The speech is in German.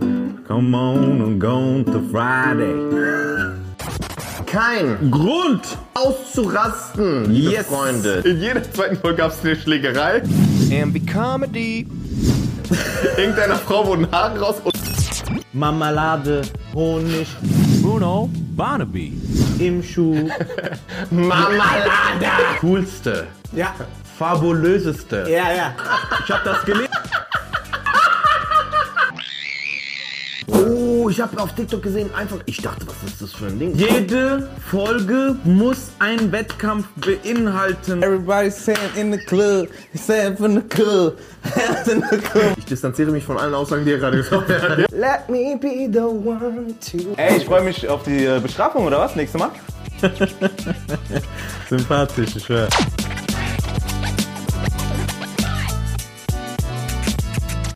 Come on and go on to Friday. Kein Grund! auszurasten, liebe Yes. Freunde. In jeder zweiten Folge gab es eine Schlägerei. and be comedy. Irgendeiner Frau wurden Haare raus und Marmelade, Honig Bruno Barnaby. im Schuh. Marmelade! Coolste, Ja, fabulöseste. ja, ja. Ich hab das gelesen. Oh, ich habe auf TikTok gesehen, einfach. Ich dachte, was ist das für ein Ding? Jede Folge muss einen Wettkampf beinhalten. Everybody saying in the club, saying from the club, hands in the club. ich distanziere mich von allen Aussagen, die ihr gerade gesagt habt. Let me be the one to. Ey, ich freue mich auf die äh, Bestrafung, oder was? Nächstes Mal? Sympathisch, ich höre.